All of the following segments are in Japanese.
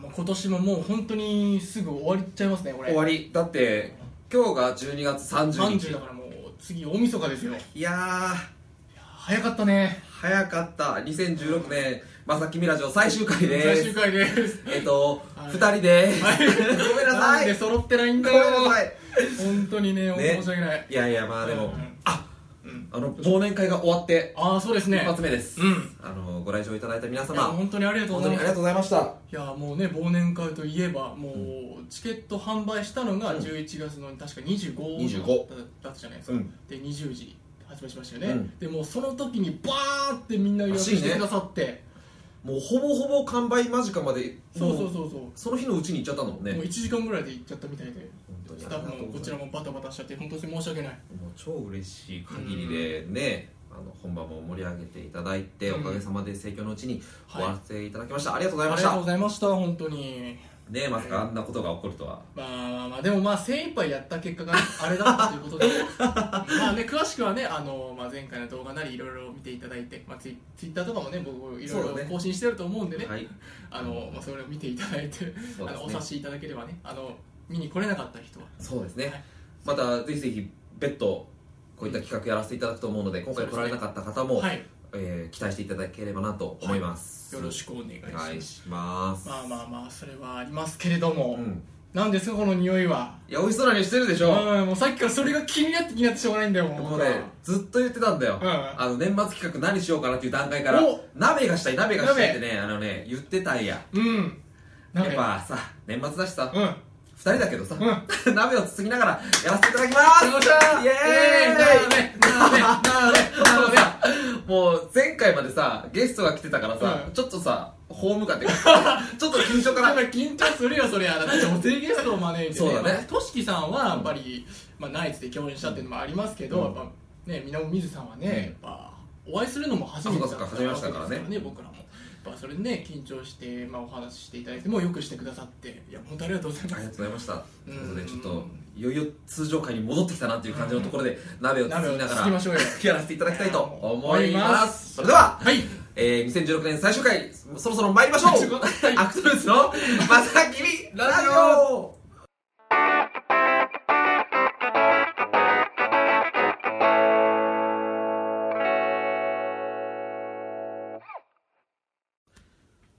もう今年ももう本当にすぐ終わりちゃいますねこれ終わりだって今日が12月30 30日だからもう次大晦日ですよいやー早かったね早かった2016年まさきみラジオ最終回で最す終回ですえっと、はい二人でーす、はいごめんなさんいで揃ってないんごだめよんなさい本当にねね申し訳ない、いやいやまあでも、うんあうん、あの忘年会が終わってああそうですね一発目です、うんあのご来場いただいた皆いや様本当にありがとうござ本当いにありますがとうございましたいやもうね忘年会といえばもうチケット販売したのが11月の確か25 25だったじゃないですか、うんで20時発売しましたよね、うんでもうその時にバーってみんな予約らしいねしてくださって、もうほぼほぼ完売間近までそうそうもうそうそうその日のうちに行っちゃったんだもんねもう1時間ぐらいで行っちゃったみたいで本当にスあタりッがとフうもごこちざいらもバタバタしちゃって本当に申し訳ないますもう超嬉しい限りでね、あの本番も盛り上げていただいて、うんおかげさまで盛況のうちにはい終わらせていただきました、ありがとうごあざいりまがとしうたございました本当にねまさかあんなことが起こるとはまあまあまあでもまあ精一杯やった結果があれだったという ことでまあね詳しくはねあの、まあ、前回の動画なりいろいろ見ていただいて、まあ、ツイツイッターとかもね僕いろいそうだろね更新してると思うんでねはいあの、まあ、それを見ていただいて、そうあでのすねお察しいただければねあの見に来れなかった人はそうですね、はいまたぜひぜひ別途こういった企画やらせていただくと思うので今回来られなかった方も、はいえー期待していただければなと思います、よろしくお願いしおます、願いします、まあまあまあそれはありますけれども、うん、なんですかこの匂いはいや美味しそうなにしてるでしょ、うんもうさっきからそれが気になって気になってしょうがないんだよもうもう僕はねずっと言ってたんだよ、うんあの年末企画何しようかなっていう段階からお鍋がしたい鍋がしたいってねあのね言ってたんやうんなんやかっぱさ年末だしさ、うん二人だけどさ、う 鍋をつつきながらやらせていただきまよっしゃーイエーイなるほどねなるほどねなるほどねすもう前回までさゲストが来てたからさ、うんちょっとさホーム感っていうか ちょっと緊張かやっらぱ緊張するよそれはだ って女性ゲストを招いてそうだねまあとしきさんはやっぱり、まあ、ナイツで共演したっていうのもありますけど、うんやっぱねみなもみずさんはね、うんやっぱお会いするのも初めてだったあそうかそうか初めましてだからねわけです僕らもやっぱそれでね緊張して、まあ、お話ししていただいてもうよくしてくださっていや本当ありがとうございあまりがとうすございましたとうんいうことでちょっといよいよ通常回に戻ってきたなっていう感じのところで、鍋をつつきなが鍋をつつきましょうよらやらせていただきたいと思い思いまますすそれでは、はいえー、2016年最終回そろそろ参りましょう はいアクトルー ツの「まさきみラジオ」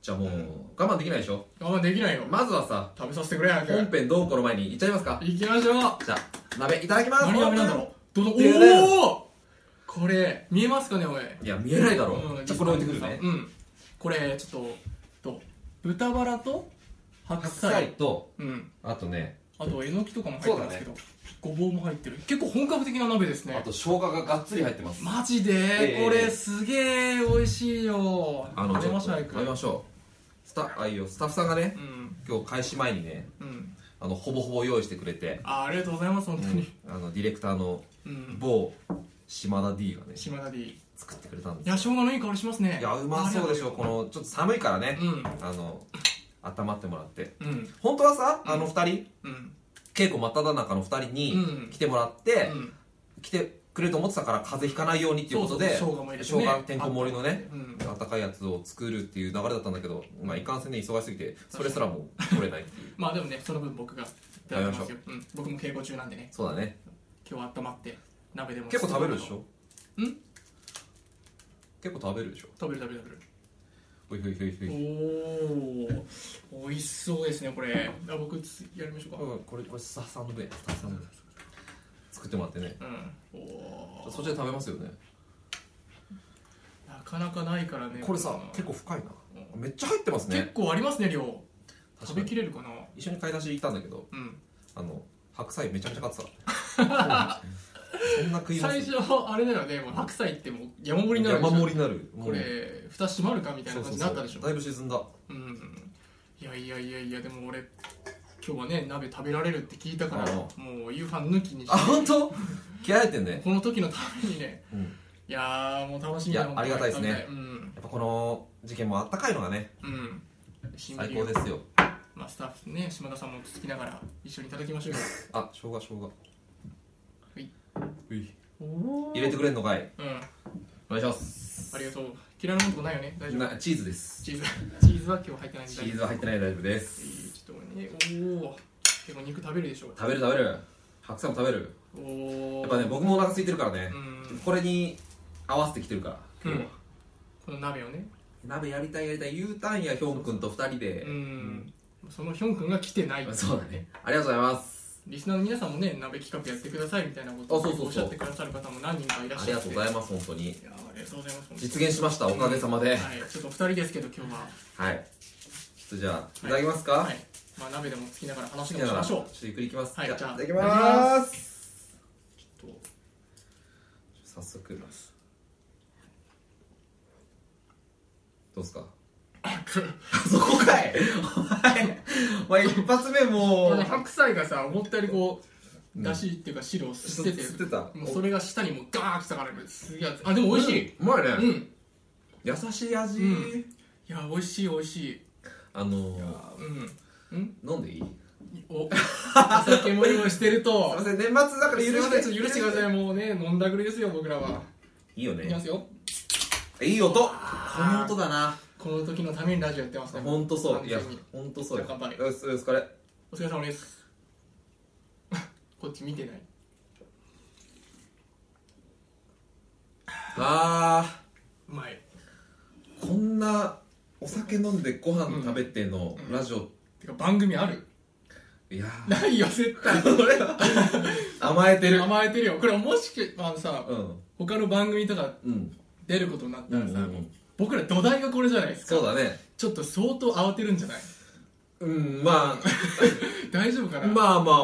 じゃあもう我慢できないでしょ我慢できないよ、まずはさ食べさせてくれ早く本編どうこの前にいっちゃいますか行きましょうじゃあ鍋いただきます何がなんだろうどのでねおおこれ見えますかねおいいや見えないだろう、うんじゃあこれ置いてくるねうんこれちょっとどう豚バラと白白菜菜とうんあとねあとえのきとかも入ってますけど、ごぼうも入ってる結構本格的な鍋ですあねと生姜ががっつり入ってますマジで、ええこれすげえ美味しいよ食べましょう早く食べましょうスタあいいよスタッフさんがねうん今日開始前にねうんあのほぼほぼ用意してくれて、あありがとうございます本当にあのディレクターのうん某島田 D がね島田 D 作ってくれたんいですや生姜のいい香りしますねいやうまそうでしょこのちょっと寒いからね、うんあの温まってもらってうん本当はさうんあの2人、うん稽古真っ只中の2人うんに来てもらって、うん来てくれると思ってたから風邪ひかないようにっていうことでそうそう生姜も入れて生ね姜てんこ盛りのねうん温かいやつを作るっていう流れだったんだけど、まあ、いかんせんね忙しすぎてそれすらも取れないって いうまあでもねその分僕がいただきますよ、うん、僕も稽古中なんでねそうだね今日温まって鍋でも結構食べるでしょん結構食べるでしょ食べる食べる食べるほいほいほいほいおお美味しそうですねこれあ僕つやりましょううんこれこれスタッフさんの分スタッフさんの分作ってもらってねかうんおそっちで食べますよねーなかなかないからねこれさん結構深いなめっちゃ入ってます結ね構ありますね量食確かべにきれるかな一緒に買い出し行ったんだけどうんあの白菜めちゃめちゃ 買ってたそんな食います最初あれだよねもう白菜ってもう山盛りになるで山しょ盛りになるもうこれ蓋閉まるかみたいそなう感そじにうなそったでしょうだいぶ沈んだうんいやいやいやいやでも俺今日はね鍋食べられるって聞いたからああもう夕飯抜きにしてあ本当気合入ってんねこの時のためにねうんいやーもう楽しみいだや本当にありがたいですね食べうんやっぱこの事件もあったかいのがねうん新最規高ですよまあ、スタッフね島田さんもつつきながら一緒にいただきましょうよあ生姜生姜いういお入れてくれんのかいうんお願いしますありがとう嫌いなもんとかないよね大丈夫なチーズですチーズチーズは今日入ってないんでチーズは入ってないの大丈夫ですいいちょっとねおお結構肉食べるでしょ食べる食べる白菜も食べるおおやっぱね僕もお腹空いてるからねう、んこれに合わせてきてるから今日は、この鍋をね鍋やりたいやりたい U ターンやヒョン君と2人で、うんそのヒョン君が来てないそうだねありがとうございますリスナーの皆さんもね鍋企画やってくださいみたいなことをあそうそうそうおっしゃってくださる方も何人かいらっあしりゃがってとうございます本当にいやありがとうございます実現しましたおかげさまで、はいちょっとお二人ですけど今日ははいちょっとじゃあいただきますか、はいまあ鍋でもつきながら話好できもなしらましちょょうっとゆっくりいきます、はいじゃあじゃあいただきますちょっと早速どうすかそこかいお前お前一発目もこのう白菜がさ思ったよりこううんだしっていうか汁を吸ってて吸ってたもうそれが舌にもうガーッとかれるすげえあでも美味しいうんうまいね、うん、い優しい味、うんや美味しい美味しいあのうんうんー、飲んでいいすいおお酒も用意してると ません年末だからすい許ましせてんちょっと許してくださいもうね飲んだぐりですよ僕らはいいよいきまねすよいい音この音だなこの時のためにラジオやってますねほんとそう完いや全にほんとそうよ乾杯よしよしこれお疲れ様です こっち見てないあうまいーこんなお酒飲んでご飯食べてのうんラジオ、てか番組あ るいやーないよ絶対甘えてる甘えてるよこれもしくあのさうん他の番組とかうん出ることになっうたんうらさ、ん僕ら土台がこれじゃないですかそうだねちょっと相当慌てるんじゃないうんま大丈夫かな、あまあまあ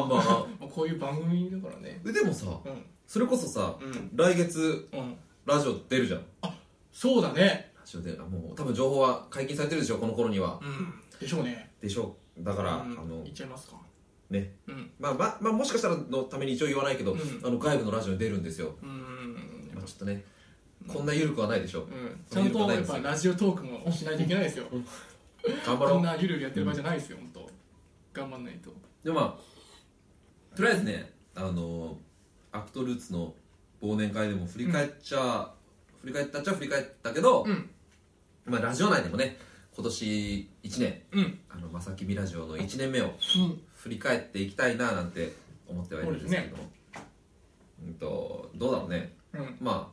まあもうこういう番組だからねでもさうんそれこそさうん来月うんラジオ出るじゃんラそうだねジオ出るなもう多分情報は解禁されてるでしょこの頃にはうんでしょうねでしょだから、うんあのいっちゃいますかねうんまあまあ、まあ、もしかしたらのために一応言わないけど、うんあの外部のラジオに出るんですよ、うんまあ、ちょっとねこんな緩くはないでしょうんちゃんとやっぱラジオトークもしないといけないですよ頑張ろこんうなゆるゆるやってる場合じゃないですよ本当頑張んないとでもまあとりあえずねあのアクトルーツの忘年会でも振り返っちゃ、振り返ったっちゃ振り返ったけど、うんまあ、ラジオ内でもね今年1年うんあのまさきみラジオの1年目をうん振り返っていきたいななんて思ってはいるんですけどうんとどうだろうねうんま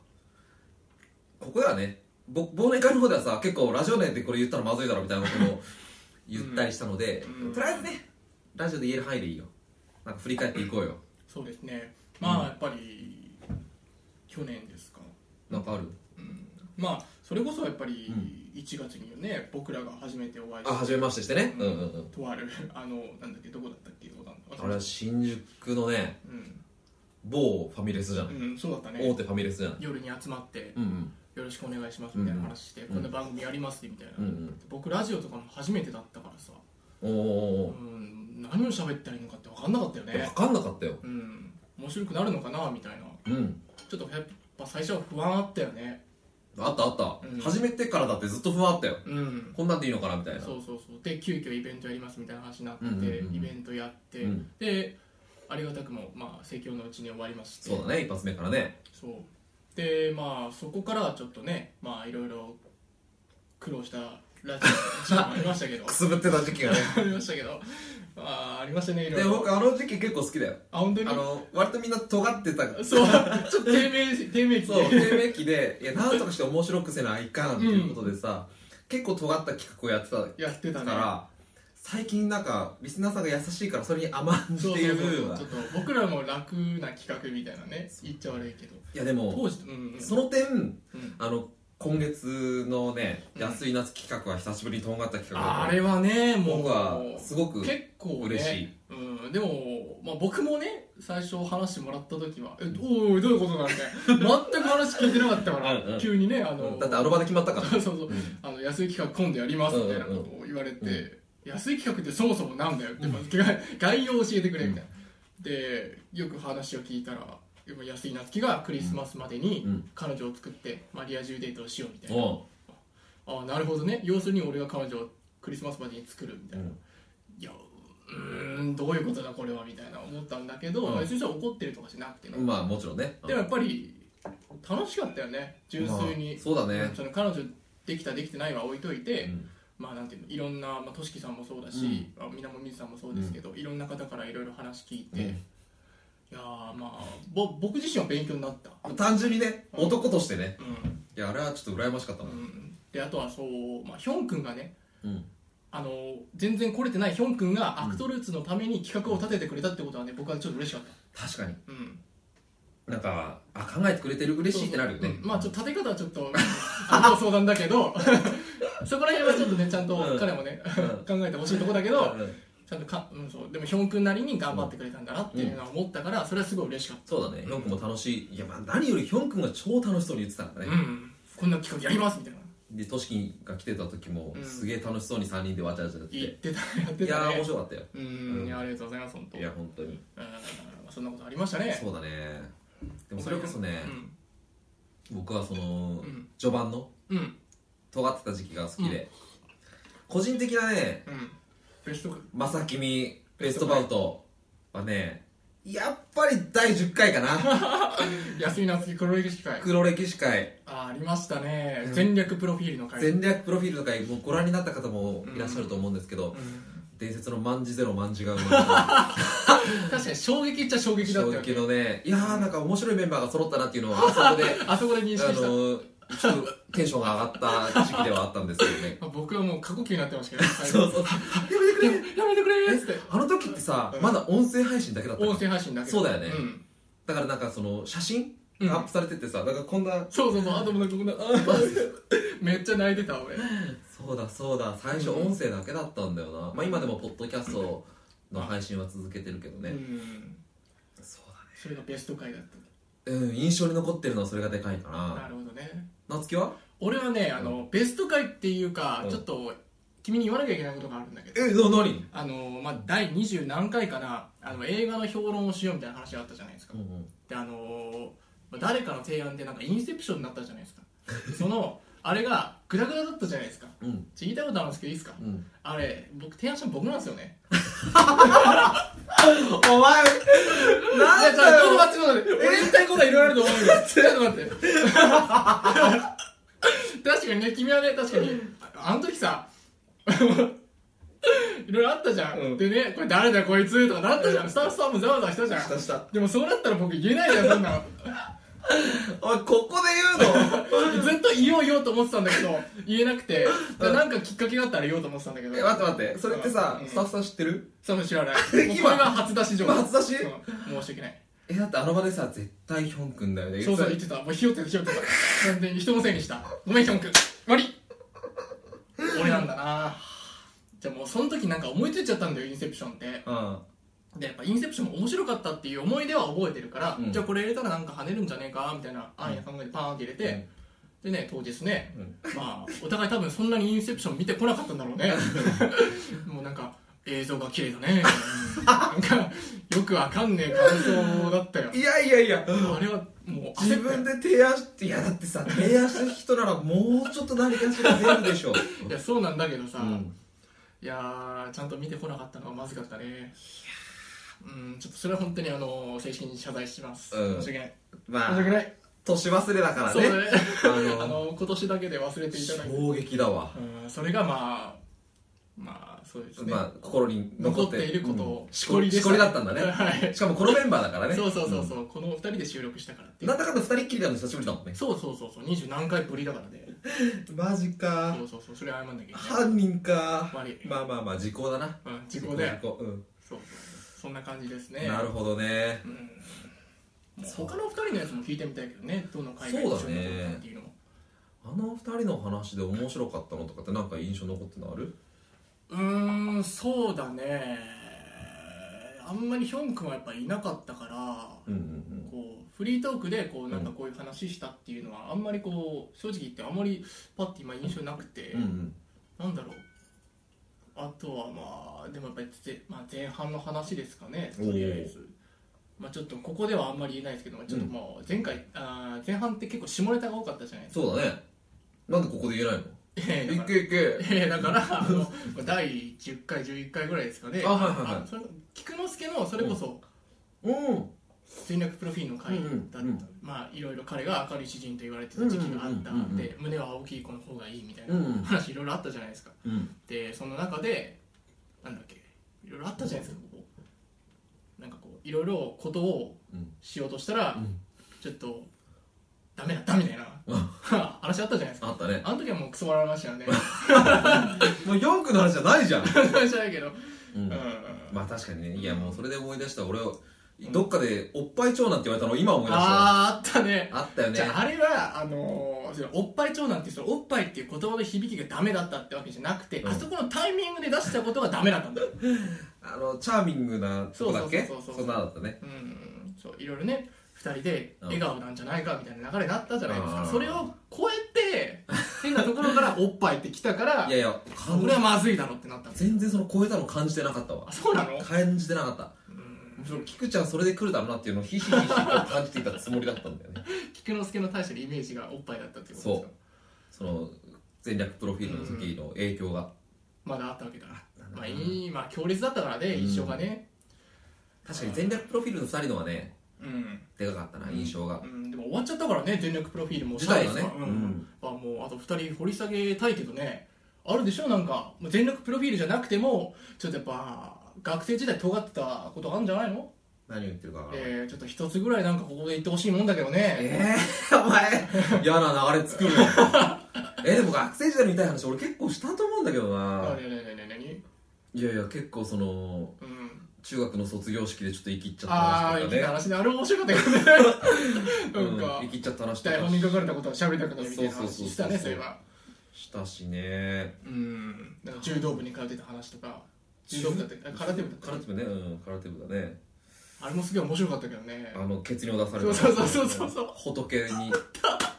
あここではねぼ忘年会の方ではさ結構ラジオ内でこれ言ったらまずいだろみたいなこと も言ったりしたので、うんとりあえずねラジオで言える範囲でいいよなんか振り返っていこうよ、そうですねまあやっぱり去年ですかなんかあるまあそれこそやっぱりうん1月にね僕らが初めてお会いあ初めましてしてね、うん、うんうんとある あのなんだっけどこだったっけどうだったあれは新宿のねうん、某ファミレスじゃない、うん、そうだった大ね手ファミレスじゃない夜に集まってうんうんよろしくお願いしますみたいな話して、うんこんな番組やりますみたいな、うんうん僕ラジオとかも初めてだったからさ、おーおうーおん、何を喋ったらいいのかって分かんなかったよーね分かんなかったようん面白くなるのかなみたいなうんちょっとやっぱ最初は不安あったよねあったあった、うん始めてからだってずっと不安あったようんこんなんでいいのかなみたいなそうそうそうで急遽イベントやりますみたいな話になって、うんうんうんうんイベントやって、うんでありがたくもまあ盛況のうちに終わりましてそうだね一発目からねそうでまあそこからはちょっとねまあいろいろ苦労したラジオ時期もありましたけど くすぶってた時期がねありましたけどまあありましたねいろいでろ僕あの時期結構好きだよあ本当あにの割とみんな尖ってたそうちょっと低迷低迷期そうで低迷期でいやなんとかして面白くせないかんっていうことでさ、結構尖った企画をやってたかやってたねら最近なんかリスナーさんが優しいからそれに甘んじそてういそうるそう部分はちょっと僕らも楽な企画みたいなね言っちゃ悪いけどいやでも当時うんうんその点うんあの今月のねうん安い夏企画は久しぶりに尖った企画だあれはねもう僕はすごく結構、ね、嬉しい、うん、でも、まあ、僕もね最初話してもらった時は「えおおどういうことなんだ?」全く話聞いてなかったかうんうらん急にねあの、うんだってあの場で決まったから そうそうそううんあの安い企画今度やりますみたいなことを言われて、うんうんう安い企画ってそもそもなんだよって、まあ概要を教えてくれみたいな、でよく話を聞いたら安井夏樹がクリスマスまでにうん彼女を作って、まあ、リア充デートをしようみたいな、おああなるほどね要するに俺が彼女をクリスマスまでに作るみたういな、んいやうーんどういうことだこれはみたいな思ったんだけど、うん別にそれは怒ってるとかじゃなくてね、まあもちろんねでもやっぱり楽しかったよね純粋に、まあそうだねその彼女できたできてないは置いといて、うんまあなんていうのいろんな、まあ、としきさんもそうだし、あみなもみずさんもそうですけど、いろんな方からいろいろ話聞いて、うんいやーまあぼ僕自身は勉強になった、単純にねうん男としてねうんいやあれはちょっと羨ましかったもうんん、であとはそう、まあ、ヒョン君がねうんあの全然来れてないヒョン君がアクトルーツのために企画を立ててくれたってことはね僕はちょっと嬉しかっ確かにた、うん、なんかあ考えてくれてる嬉しいってなるよそねうそううんまあちょっと立て方はちょっとあの相談だけ どそこら辺はちょっとねちゃんと彼もね、考えてほしいとこだけど、うんうんちゃんとか、うん、そうでもヒョン君なりに頑張ってくれたんだなっていうのは思ったから、それはすごい嬉しかっそうだねヒョン君も楽しいいやまあ何よりヒョン君が超楽しそうに言ってたんだた、ねうん、こんな企画やりますみたいなでトシキンが来てた時もうんすげえ楽しそうに3人でわちゃわちゃやって言っててたやっいてやたー面ね白かったようんうんいやありがとうございます本当いや本当にうんそんなことありましたねそうだねでもそれこそね僕はそのうん序盤のうんうん尖ってた時期が好きで個人的なねうんベストまさきみベストバウトはねやっぱり第10回かな休みの月黒歴史会黒歴史会あありましたね、戦略プロフィールの会戦略プロフィールとかもうご覧になった方もいらっしゃると思うんですけうど、ん伝説の万事ゼロ万事が生 ま確かに衝撃っちゃ衝れ撃ただったよ衝撃ねのねいやーなんか面白いメンバーが揃ったなっていう のはあそこでああそこで認識した、のちょっとテンションが上がった時期ではあったんですけどねまあ僕はもう過呼吸になってましたけど最後 そうそうやめてくれ やめてくれーっつってあの時ってさまだ音声配信だけだったの音声配信だけどそうだよねんだからなんかその写真うんがアップされててさ、だからこんなそうそうそう、あともなんかこんな、あ ーめっちゃ泣いてた、俺。そうだそうだ最初うん音声だけだったんだよな、まあ今でもポッドキャストの配信は続けてるけどね、うん。そうそれがベスト回だっだねうん印象に残ってるのはそれがでかいかた。ななるほどね。夏希は俺はね、あの、ベスト回っていうかう、んちょっと、君に言わなきゃいけないことがあるんだけど。えな何あの、まあ、第二十何回かな、あの、映画の評論をしようみたいな話があったじゃないですかう。んで、あの、まあ誰かの提案でなんかインセプションになったじゃないですか。その、あれが、グダグダだったじゃないですか。うんうんちょ言いたいことあるんですけどいいですかうんあれ、僕、提案したの僕なんですよね。いやじゃあちょっと待って、ちょっお前と待って。俺言いたいことはいろいろあると思うよ。ちょっと待って。 確かにね、君はね、確かに、ああの時さ、 いろいろあったじゃん。うんでね、これ誰だこいつとかなったじゃん。スタッフさんもざわざわしたじゃん。したしたでもそうなったら僕言えないじゃん、そんな の。おいここで言うのずっと言おう言おうと思ってたんだけど、言えなくて、だからなんかきっかけがあったら言おうと思ってたんだけど。 え待って待ってそれってさ、うんスタッフさん知ってるその知らない。もうこ今れが初出し状今初出しうん申し訳ない。えだってあの場でさ絶対ヒョン君だよねそうそう言ってた。もうひよってたひよってた。完全に人のせいにした。ごめん、ヒョン君。悪い俺なんだなじゃあもうその時なんか思いついちゃったんだよ、インセプションって。うんで、やっぱインセプションも面白かったっていう思い出は覚えてるから、うんじゃあこれ入れたらなんか跳ねるんじゃねえかみたいな案や考えてパーンって入れて、でね、当日ね、うんまあ、お互い多分そんなにインセプション見てこなかったんだろうね。もうなんか、映像が綺麗だ ね。なんか、よくわかんねえ感想だったよ。いやいやいやあれはもう焦ったよ自分で提案していやだってさ提案した人ならもうちょっと何かしら出るでしょいやそうなんだけど うさ、んいやーちゃんと見てこなかったのはまずかったねうんちょっとそれは本当にあの正式に謝罪します、うん申し訳ないま申し訳あない年忘れだからそうねだねああのの今年だけで忘れていただいて、衝撃だわうん、それがまあまあそうですね、まあ心に残残っってていることを、うんしこりしこりだったんだねはいしかもこのメンバーだからねそうそうそうそう、この2人で収録したからっていうんうなんだかんだ二人っきりなの久しぶりだもんねそうそうそうそう二十何回ぶりだからねマジかそうそうそうそれ謝んなきゃいけない犯人か悪いまあまあまあ時効だなうん時効だよ時効うんそうそうそんな感じですねなるほどねうんもう他の二人のやつも聞いてみたいけどねどの海外で一緒になったっていうのもあの二人の話で面白かったのとかってなんか印象残ってんのあるうーんそうだねあんまりヒョン君はやっぱいなかったからうんうんうんこうフリートークでこうなんかこういう話したっていうのはあんまりこう正直言ってあんまりパッて今印象なくて、うんうんなんだろうあとはまあでもやっぱりぜ、まあ、前半の話ですかねとりあえず、まあ、ちょっとここではあんまり言えないですけどもちょっともう前回、あー前半って結構下ネタが多かったじゃないですかそうだねなんでここで言えないのええだいかけいけらええだからあの第10回11回ぐらいですかねあはいはいはいあそれ菊之助のそれこそ、うん戦略プロフィールの会だった、うんうんまあいろいろ彼が明るい詩人と言われてた時期があった、うんうんうんうんで胸は大きい子の方がいいみたいうんうんな話いろいろあったじゃないですかうんでその中でなんだっけいろいろあったじゃないですかこうなんかこういろいろことをうんしようとしたら、うんちょっとダメだったみたいなあ話あったじゃないですかあったねあの時はもうクソ笑いま したよねもう四駆の話じゃないじゃん、話だけど、うんまあ確かにねいやもうそれで思い出した俺をどっかでおっぱい長男って言われたのを今思い出したあああーあったねったよねじゃああれはあのーそのおっぱい長男ってそのおっぱいっていう言葉の響きがダメだったってわけじゃなくて、うんあそこのタイミングで出したことがダメだったんだよ、あのチャーミングな子だっけそうそうそうそうそんなのだったねうん、そういろいろね2人で笑顔なんじゃないかみたいな流れになったじゃないですか、うんそれを超えて変なところからおっぱいってきたから いやいや感これはまずいだろってなったんです全然その超えたの感じてなかったわあそうなの感じてなかったうんむしろ菊ちゃんそれで来るだろうなっていうのをひしひしと感じていたつもりだったんだよね菊之助の対してのイメージがおっぱいだったっていうことですかその戦略プロフィールの時の影響が、まだあったわけだまあいいまあ強烈だったからね印象がね確かに戦略プロフィールの2人のはねうんでかかったな印象が、うん、でも終わっちゃったからね全力プロフィールも時代がねしたいですからうんうんまあ、もうあと2人掘り下げたいけどねあるでしょなんかもう全力プロフィールじゃなくてもちょっとやっぱ学生時代尖ってたことあるんじゃないの、何を言ってるかわからないえー、ちょっと一つぐらいなんかここで言ってほしいもんだけどねえー、お前嫌な流れ作 るよえでも学生時代の痛い話俺結構したと思うんだけどあなれれれれれ何いやいや結構そのうん、中学の卒業式でちょっと生きっちゃったああ話いといかね話ねあれ面白かったよね なんか、うん、生きっちゃった話とか台本に書かれたことは喋りたくないみたいなそうそうそうそう話したねそういえばしたしねうんなんか柔道部に通ってた話とか柔道部だってあ空手部だった空手部ねうん空手部だねあれもすげえ面白かったけどねあの血尿出されたそうそうそうそうそう仏に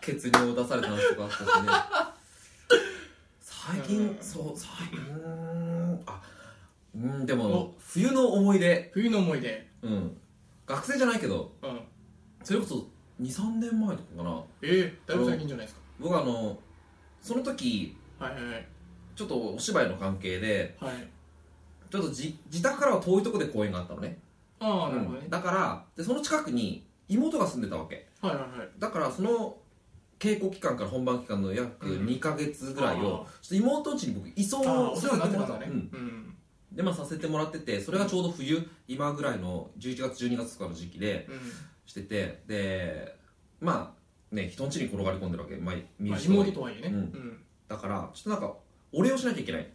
血尿を出された話とかあったしね最近うんそう最近うーんあうんでもお冬の思い出冬の思い出うん学生じゃないけどうんそれこそ23年前とかかなえー、だいぶ最近じゃないです僕あのその時かはいはいはいちょっとお芝居の関係ではいちょっとじ自宅からは遠いとこで公演があったのねああなるほどうんね、だからでその近くに妹が住んでたわけはいはいはいだからその稽古期間から本番期間の約うん2か月ぐらいを、あーちょっと妹の家に僕移送ああをおお世世話話にになっなっててましましたたねうね、うんんでまあさせてもらっててそれがちょうど冬、今ぐらいの11月12月とかの時期でうんしててでまあね人の家に転がり込んでるわけ、まあ、身まあ、内も妹とはいえね、ううんんだからちょっとなんかお礼をしなきゃいけない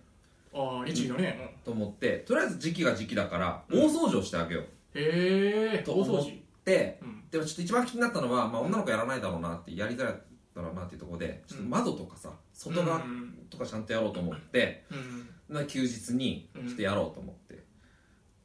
ああ律儀だね、と思ってとりあえず時期が時期だからうん大掃除をしてあげよううん、へえと大思掃っ除て、うんでもちょっと一番気になったのは、まあ、女の子やらないだろうなってやりづらいだろうなっていうところでちょっと窓とかさ外側うんとかちゃんとやろうと思って、うんな休日にうんちょっとやろうと思って、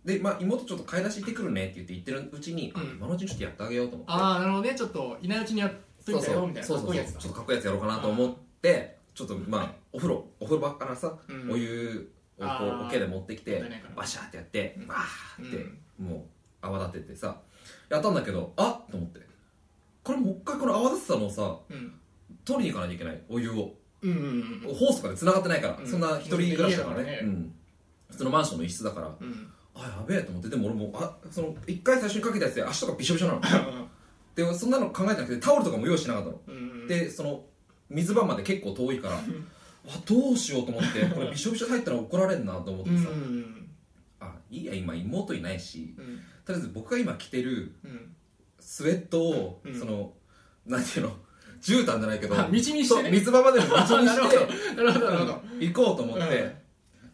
で、まあ、妹ちょっと買い出し行ってくるねって言って行ってるうちに、あうん今のうちにちょっとやってあげようと思ってああなるほどねちょっといないうちにやっとそいうたそようみたいなそかうっそこういいそうやつちだょっとかっこいいやつやろうかなと思ってちょっとまあお風呂お風呂場からさ、うんお湯をこあうーおけで持ってきてもったいないからバシャーってやってうんバーってうんもう泡立ててさやったんだけどあっと思ってこれもう一回この泡立てたのをさうん取りに行かなきゃいけないお湯をうんうんうんホースとかで繋がってないから、うんそんな一人暮らしだから家だねからねうん普通のマンションの一室だから、うんあやべえと思ってでも俺もうあその一回最初にかけたやつで足とかびしょびしょなのでそんなの考えてなくてタオルとかも用意しなかったの、うんでその水場まで結構遠いからあどうしようと思ってこれびしょびしょ入ったら怒られんなと思っうてんうんさ、あいいや今妹いないしうんとりあえず僕が今着てるうんスウェットを、うんそのなんていうの絨毯じゃないけどあ道にしてねそう水場までの道になるほしてど なるほどなるほど行こうと思って、うん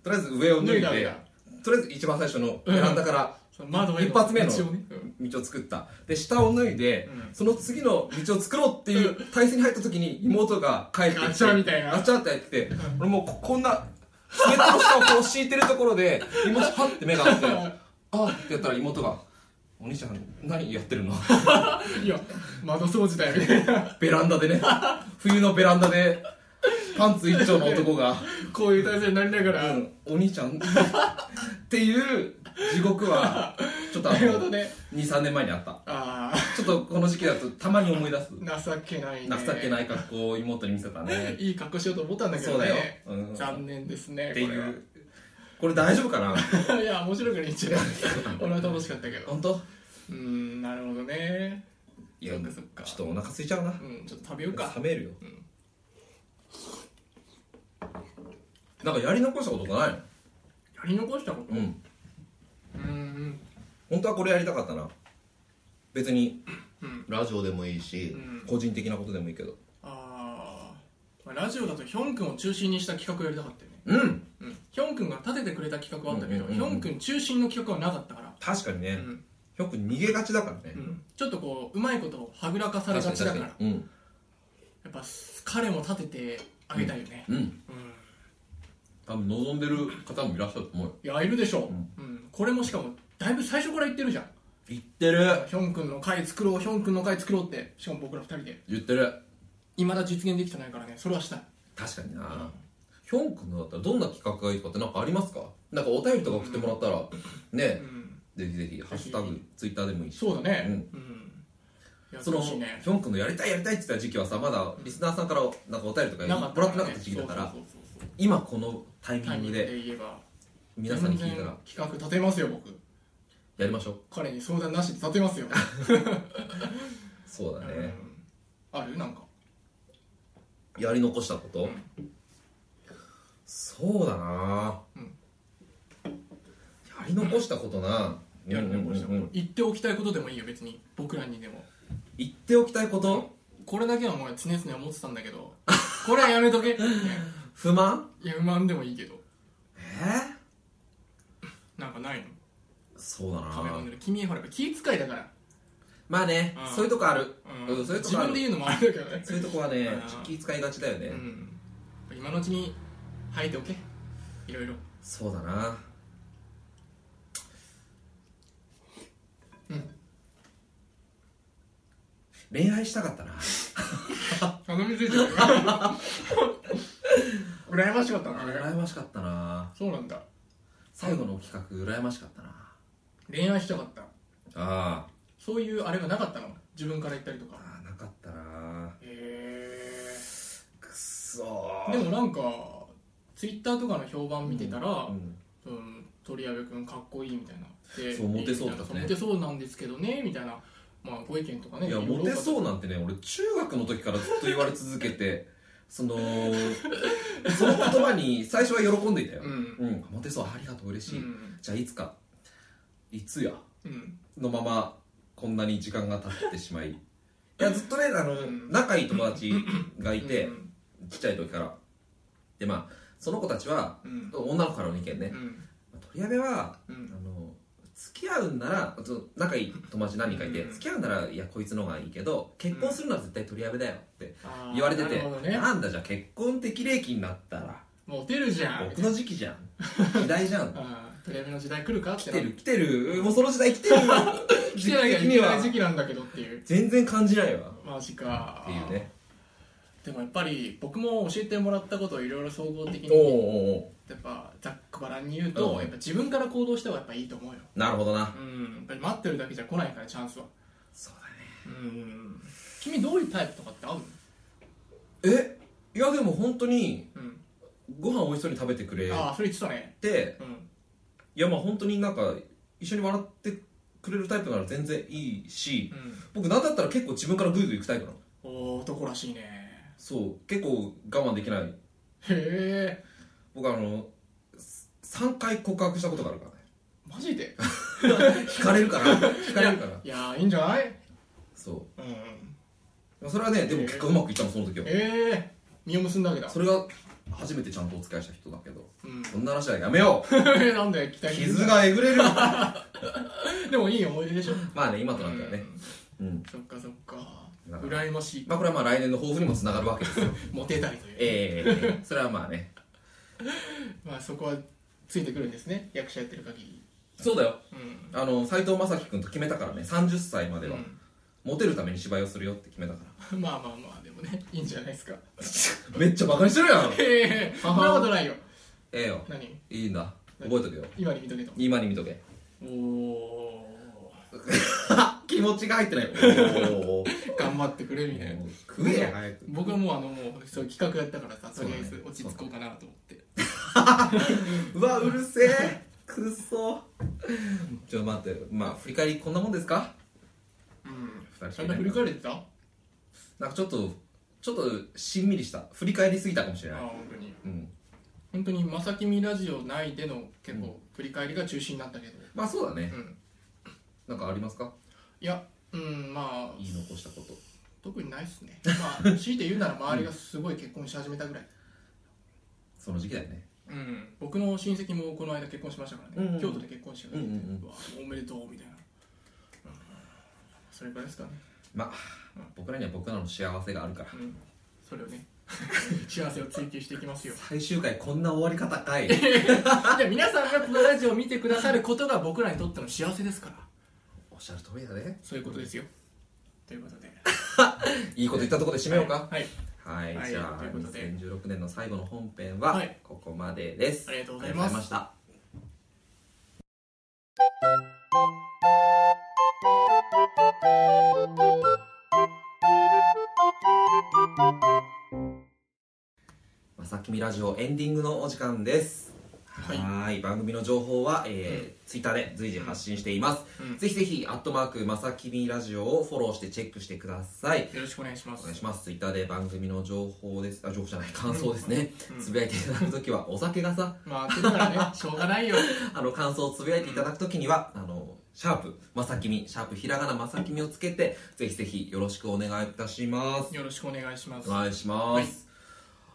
とりあえず上を脱いで脱いだんだとりあえず一番最初のベランダからその窓への一発目の道をね道を作ったで下を脱いで、うんその次の道を作ろうっていう体勢に入った時に妹が帰ってきてガチャみたいなガチャってやってきて、俺もうここんなスウェットの下をこう敷いてるところで妹パッて目が合って「あっ」ってやったら妹が「お兄ちゃん何やってるの?」いや窓掃除だよみたいなベランダでね冬のベランダでパンツ一丁の男がこういう体勢になりなが「うら、んお兄ちゃん」っていう地獄はちょっとあなるほのどね23年前にあったあちょっとこの時期だとたまに思い出すあ情けないね情けない格好を妹に見せたねいい格好しようと思ったんだけそうどだよ、ねうん、っ残念ですねていうこれ大丈夫か な これはいや面白くないんじゃない俺は楽しかったけど本当うんなるほどねいやそっかそっかちょっとお腹空いちゃうなうんちょっと食べようか冷めるようんなんかやり残したことがないやり残したことのうんうん本当はこれやりたかったな別にうんラジオでもいいし、うん個人的なことでもいいけどあーまあラジオだとヒョン君を中心にした企画やりたかったよねうんうんヒョン君が立ててくれた企画はあったけどうんうヒんうんうんョン君中心の企画はなかったから確かにうね、んひょく逃げがちだからね、うんちょっとこううまいことはぐらかされがちだからにうんやっぱ彼も立ててあげたいよねうんうん多分望んでる方もいらっしゃると思うよいやいるでしょう、うんうんこれもしかもだいぶ最初から言ってるじゃん言ってるヒョン君の会作ろうヒョン君の会作ろうってしかも僕ら二人で言ってるいまだ実現できてないからねそれはしたい確かになヒョン君のだったらどんな企画がいいとかってなんかありますかなんかお便りとか送ってもらったらうねんぜひぜひハッシュタグツイッターでもいいしそうだねううん、やってそのほヒしいねョン君のやりたいやりたいって言ってた時期はさまだリスナーさんからなんかお便りとかもらってなかった時期だからそうそうそうそう今このタイミタインミンググでで言えば皆さんに聞いた全ら然企画立てますよ僕やりましょう彼に相談なしで立てますよ、そうだうねんあるなんかやり残したことそうだなうんやり残したことなやるねこれうんうんうん言っておきたいことでもいいよ別に僕らにでも言っておきたいことこれだけはもう常々思ってたんだけどこれはやめとけ、ね不満いや不満でもいいけどえーなんかないのそうだカメラマンなで君ほらやっぱ気遣いだから、まあねうんそういうとこあるうんうんそういうと自こあ分でる言うのもあれだけ どねそういうとこはねうん気使いがちだよねうん今のうちに吐いておけいろいろそうだなうん恋愛したかったな頼みついてる 羨ましかったなあれ羨ましかったなそうなんだ最後の企画羨ましかったな恋愛したかったあそういうあれがなかったの自分から言ったりとーかあーなかったなへくっそーえでもなんかツイッターとかの評判見てたら、うんうん、鳥谷部君かっこいいみたいなでそうモテそうだねなんかモテそうなんですけどねみたいな、まあ、ご意見とかねいやモテうそうなんてね俺中学の時からずっと言われ続けて そのその言葉に最初は喜んでいたよう、んうんモテそうありがとう嬉うしい、んじゃあいつかいつやうんのままこんなに時間が経ってしまいいやずっとねあのん仲いい友達がいてうんちっちゃい時からでまあその子たちはうん女の子からの意見ねう、ん取り上げはうあんの付き合うんならちょっと仲いい友達何人かいて、うん付き合うんならいやこいつの方がいいけど結婚するのは絶対取り上げだよってあー言われてなて、るほどねなんだじゃあ結婚適齢期になったらモテるじゃん僕の時期じゃん時代じゃんあー鳥谷部の時代来るかって来なてる来てるもうその時代来てる 来てなきゃいけない時期なんだけどっていう全然感じないわマジかっていうねでもやっぱり僕も教えてもらったことをいろいろ総合的おうおにうおやっぱざっくばらんに言うと、うんやっぱ自分から行動した方がやっぱいいと思うようなるほどなうんやっぱり待ってるだけじゃ来ないからチャンスはそうだねうん君どういうタイプとかって合うのえいやでも本当にうんご飯美味しそうに食べてくれああそれ言ってたねてうんいやまあ本当になんか一緒に笑ってくれるタイプなら全然いいしうん僕なんだったら結構自分からグイグイ行くタイプなのおー男らしいねそう結構我慢できないへえ僕あのす3回告白したことがあるからねマジで引かれるから引かれるからいやーいいんじゃないそうんうそれはねでもへえ結果うまくいったのその時はええ身を結んだわけだそれが初めてちゃんとお付き合いした人だけどうんそんな話はやめようなんだよ 期待傷がえぐれるまでもいい思い出でしょあね今となってはねうんそっかそっかだから羨ましいまあこれはまあ来年の抱負にもつながるわけですよモテたいという、 ええええええそれはまあねまあそこはついてくるんですね役者やってる限りそうだようんあの斎藤正樹君と決めたからね30歳までは、うんモテるために芝居をするよって決めたかまあまあまあでもねいいんじゃないですからめっちゃバカにしてるやん えへえそんなことないよえよ何いいんだ覚えとけよ今に見とけと今に見とけおお 気持ちが入ってないよおー 頑張ってくれるみたいな食えや早く僕はもうあのもうそういう企画やったからさそとりうだあねえず落ち着こうかなと思ってうわうるせえくくっそちょっと待ってまあ振り返りこんなもんですかうん二人しちかゃいんなとい振り返れてたあなんかちょっとちょっとしんみりした振り返りすぎたかもしれあない本当にうん本当に「まさきみラジオ」内での結構振り返りが中心になったけどまあそうだねうんなんかありますかいやうんまあ言い残したこと特にないっすねま あ強いて言うなら周りがすごい結婚し始めたぐらいその時期だよねうん僕の親戚もこの間結婚しましたからうんね京都で結婚してくれてうんうんうんうわおめでとうみたいなうんそれくらいですかねまあ僕らには僕らの幸せがあるからうんそれを ね幸せを追求していきますよ最終回こんな終わり方か いじゃあ皆さんがこのラジオを見てくださることが僕らにとっての幸せですからおっしゃる通りだねそういうことですよということでいいこと言ったところで締めようかはいはい、はいじゃあということで2016年の最後の本編ははいここまでです、ありがとうございますありがとうございましたまさきみラジオエンディングのお時間ですははいい番組の情報は、えーツイッターで随時発信しています、うんぜひぜひ「アットマークまさきみラジオ」をフォローしてチェックしてくださいよろしくお願いしまおす願いしますツイッターで番組の情報ですあ情報じゃない感想ですね、うんつぶやいていただくときはお酒がさまあ手だからねしょうがないよあの感想をつぶやいていただくときには、あのシャープまさきみシャープひらがなまさきみをつけてぜひぜひよろしくお願いいたしますよろしくお願いしますお願いします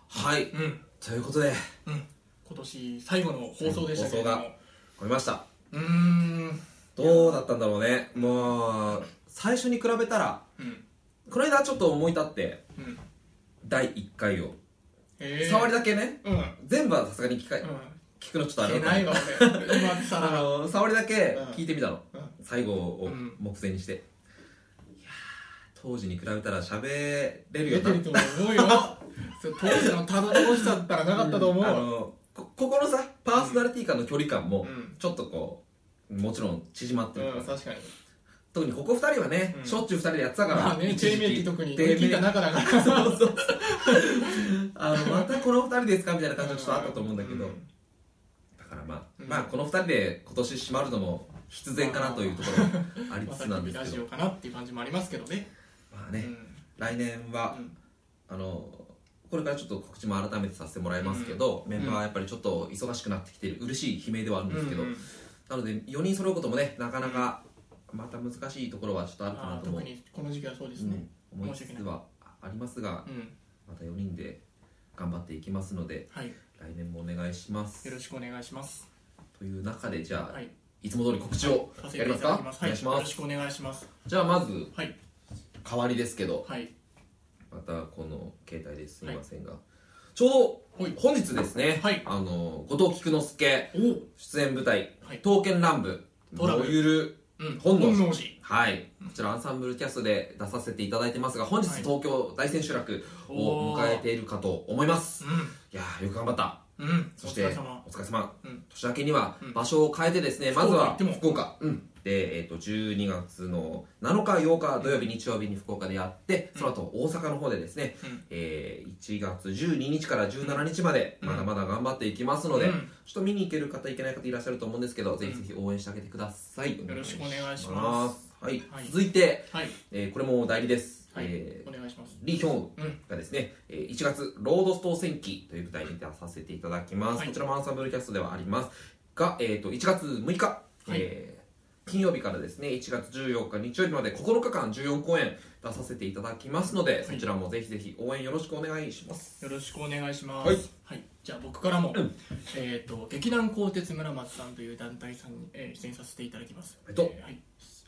はい、うんということでうん今年最後の放送でしたけれど放送も終わりましたうーんどうだったんだろうねもう最初に比べたらうんこの間ちょっと思い立ってうん第1回を、えー触りだけねうんうん全部はさすがに聞か聞くのちょっとあ聞れけだったないわ俺今さあらの触りだけ聞いてみたの、うん最後をうん目前にして、いやー当時に比べたら喋れる出よてなると思うよそれ当時のたどたどしさったらなかったと思あうのこここのさパーソナリティ間の距離感もうんちょっとこうもちろん縮まってるからうんさ、確かに特にここ2人はね、うんしょっちゅう2人でやってたから、まあね一時低期迷期特に低迷期聞いた中だからそうそうあのまたこの2人ですかみたいな感じがちょっとあったと思うんだけど、うんだからまあ、うんまあこの2人で今年締まるのも必然かなというところもありまつさつになんでラすジけどオかなっていう感じもありますけどねまあうね、ん来年は、あのこれからちょっと告知も改めてさせてもらいますけど、メンバーはやっぱりちょっと忙しくなってきてる嬉しい悲鳴ではあるんですけど、うんうんなので4人揃うこともねなかなかまた難しいところはちょっとあるかなあーと思う特にこの時期はそうですねうん思いつ申しつ訳はありますがうんまた4人で頑張っていきますのではい来年もお願いしますよろしくお願いしますという中でじゃあ、、はいいつも通り告知をさせやてりいまただきすかますおはい願いしまよろすしくお願いしますじゃあまずはい代わりですけどはいまたこの携帯ですみませんが、ちょうはいど本日ですね、はいあの後藤菊之助おう出演舞台「はい刀剣乱舞」トラブルゆるうん本能寺能寺」はいこちらアンサンブルキャストで出させていただいてますが本日はい東京大千秋楽を迎えているかと思いますいやーよく頑張ったうんうんそしてお疲れ様お疲れ様うん年明けにはうん場所を変えてですねまずは福岡行っても福岡うんでえっと12月の7日8日土曜日日曜日に福岡でやってうんその後大阪の方でですねうんえー1月12日から17日までうんまだまだ頑張っていきますので、うんちょっと見に行ける方行けない方いらっしゃると思うんですけど、ぜひぜひ応援してあげてくださいよろしくお願いしますお願いしますはい、はい続いて、はいえーこれも代理です、はいえお願いしますーリ・ヒョンウうんがですね、えー1月「ロードストー戦記」という舞台に出させていただきます、はいこちらもアンサンブルキャストではありますが、えー、と1月6日、えー金曜日からですね1月14日日曜日まで9日間14公演出させていただきますので、そちらもぜひぜひ応援よろしくお願いしますよろしくお願いします。ははいい、じゃあ僕からも、うんえっ、と劇団鋼鉄村松さんという団体さんに、えー出演させていただきます。えっとえーはい、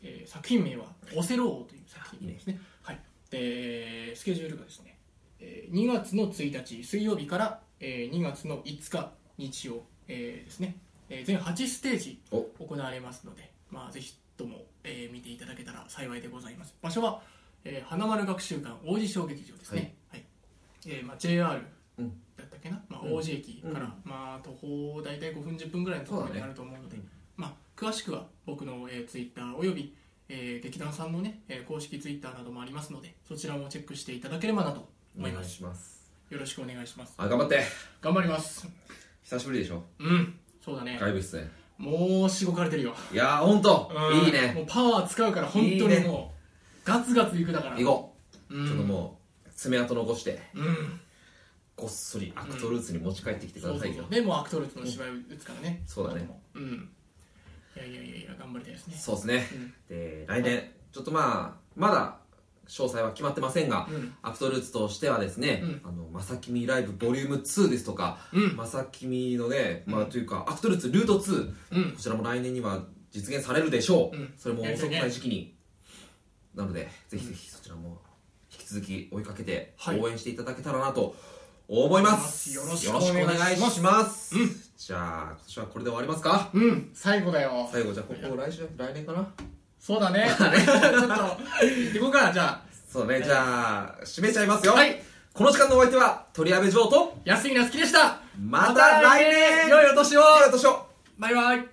えー作品名はオセロ王という作品ですね。はい。でスケジュールがですね、えー2月の1日水曜日から、えー2月の5日日曜、えーですね、えー全8ステージお行われますので、まあぜひとも、えー見ていただけたら幸いでございます。場所は、えー花丸学習館王子小劇場ですね。はいえーまあ、JR うんだったっけな、まあ、うん王子駅から、うんまあ、徒歩大体5分10分ぐらいのところになると思うのでそうだねまあ、詳しくは僕の、えー、ツイッターおよび、えー劇団さんの、ねえー公式ツイッターなどもありますのでそちらもチェックしていただければなとお思い願まいすしますよろしくお願いしますあ頑張って頑張ります久しぶりでしょうんそうだね外部出演もうしごかれてるよ、いやーほんとうんいいねもうパワー使うから本当にもういいガツガツいくだから行こう、う、ん、ちょっともう爪痕残してうんこっそりアクトルーツに持ち帰ってきてくそだうさそういよそうでもうアクトルーツの芝居を打つからねそうだねうんいやいやいやいや頑張りたいですねそうですねうんで来年ちょっとまあまだ詳細は決まってませんが、うんアクトルーツとしてはですねうん「あのまさきみライブボリューム2ですとかうん「まさきみのね、まあ、うんというかアクトルーツルート2うんこちらも来年には実現されるでしょう、うんそれもやりた遅いくねない時期に、なのでぜひぜひそちらも引き続き追いかけてはい応援していただけたらなと思います、よろしくお願いしますよろしくお願いしますじゃあ今年はこれで終わりますかうん最後だよ最後じゃあここ来週来年かなそうだねちょっと行こうかじゃそうね、じゃあ締めちゃいますよ、はいこの時間のお相手は鳥谷部城とあ安井なつきでしたまた来年良いお年を良いお年をバイバイ